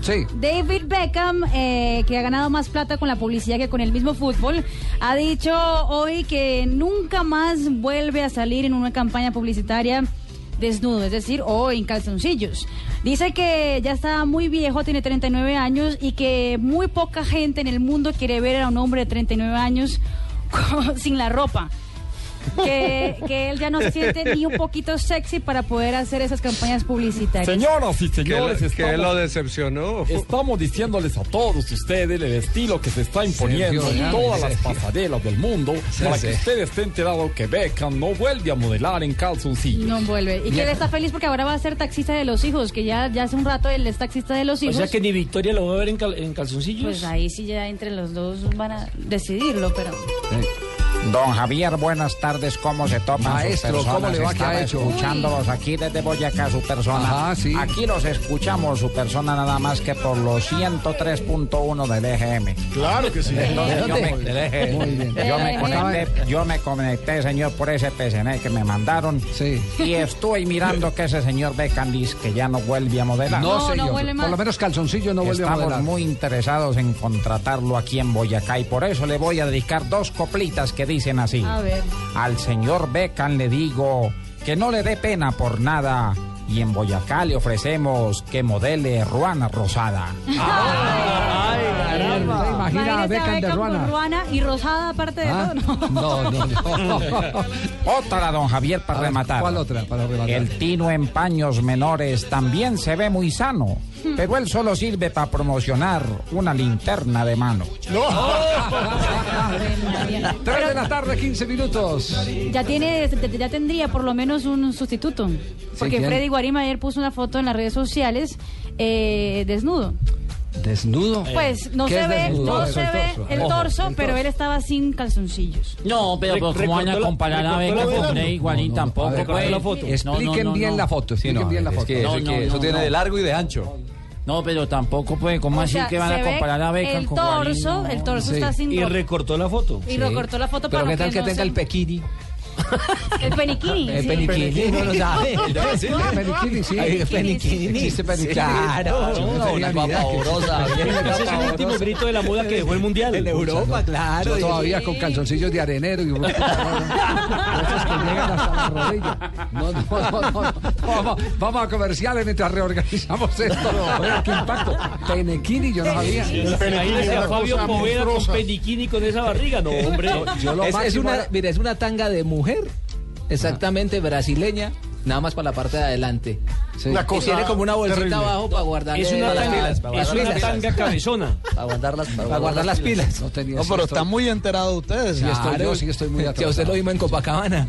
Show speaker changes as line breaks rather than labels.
Sí.
David Beckham, eh, que ha ganado más plata con la publicidad que con el mismo fútbol, ha dicho hoy que nunca más vuelve a salir en una campaña publicitaria desnudo, es decir, o en calzoncillos. Dice que ya está muy viejo, tiene 39 años y que muy poca gente en el mundo quiere ver a un hombre de 39 años con- sin la ropa. Que, que él ya no se siente ni un poquito sexy para poder hacer esas campañas publicitarias.
Señoras y
Que,
señores,
lo- que lo
estamos,
decepcionó.
estamos diciéndoles a todos ustedes el estilo que se está imponiendo en
Sergio,
todas
Sergio.
las pasarelas del mundo para que usted esté enterado que Beckham no vuelve a modelar en calzoncillos.
No vuelve. Y que él está feliz porque ahora va a ser taxista de los hijos, que ya, ya hace un rato él es taxista de los
O
hijos.
sea que ni Victoria lo va a ver en, cal- en calzoncillos.
Pues ahí sí ya entre los dos van a decidirlo, pero...
Don Javier, buenas tardes. ¿Cómo se toma?
Maestro, ¿cómo le va? ¿Qué
Estaba
ha hecho?
Escuchándolos aquí desde Boyacá, su persona.
Ajá, sí.
Aquí los escuchamos, su persona, nada más que por los 103.1 del EGM.
Claro que sí.
Entonces, yo, me, E yo, me conecté, yo me conecté, señor, por ese PCN que me mandaron.
Sí.
Y estoy mirando que ese señor Beckham dice que ya no vuelve a modelar.
No,
No, no
señor.
huele
Por
mal.
lo menos calzoncillo no vuelve a
Estamos
modelar.
muy interesados en contratarlo aquí en Boyacá y por eso le voy a dedicar dos coplitas que dicen así.
A ver.
Al señor Beckham le digo que no le dé pena por nada y en Boyacá le ofrecemos que modele Ruana Rosada.
¿Te imagina a
Imagínese
Beckham de
con
Ruana?
Ruana y Rosada aparte de
¿Ah?
todo, ¿no?
No, no, no.
Otra, don Javier, para
A ver,
rematar.
¿Cuál otra para rematar?
El tino en paños menores también se ve muy sano,
Hmm.
pero él solo sirve para promocionar una linterna de mano.
Tres de la tarde, 15 minutos.
Ya tiene, ya tendría por lo menos un sustituto. Porque
¿quién?
Freddy Guarima ayer puso una foto en las redes sociales eh, desnudo.
¿Desnudo?
Pues no
Eh, ¿Qué
se
es
ve,
desnudo?
no
El
se ve
torso.
el
Ojo,
torso, pero él estaba sin calzoncillos.
No, pero, pero ¿cómo van a comparar a Beca con Freddy Higuaín tampoco? pues?
la foto. Expliquen
No, no, no,
bien
no.
la foto. Expliquen bien la foto.
No, no, no, no.
largo y de ancho.
No, pero tampoco, pues, ¿cómo
O
así
sea,
que van
se
a
ve
comparar a Beca
El
con Higuaín?
torso,
No.
el torso
Sí.
está sin
Y
ropa.
recortó la foto.
Y recortó la foto
Pero
para
qué tal que
no
tenga
se-
el pequini.
El peniquini.
El
sí.
peniquini. No lo sabe.
No,
El peniquini, sí.
Ay, el
peniquini. Existe peniquini. Claro. Una pavorosa.
Ese es el último grito de la moda que dejó el mundial.
Yo todavía con calzoncillos de arenero y un- esos que llegan hasta la rodilla. No, no, no, no, no. Vamos, vamos a comerciales mientras reorganizamos esto. Oiga, qué impacto. Penequini, yo no sabía.
Imagínese a Fabio Poveda con peniquini con esa barriga. No, hombre.
Yo lo
Es, es
máximo
una,
era-
mira, es una tanga de mujer, exactamente brasileña, nada más para la parte de adelante.
Sí.
Una
Y
cosa
tiene como una bolsita
terrible.
abajo para guardar
Es una
las
tanga,
pilas, para
es
guardar
una
las pilas.
tanga cabezona.
Para guardar las, para
Para
guardar las pilas.
No tenía sí, estoy-
muy enterado ustedes.
sí, estoy
Claro.
yo, sí estoy muy
Que a
atrasado.
usted lo vimos en Copacabana.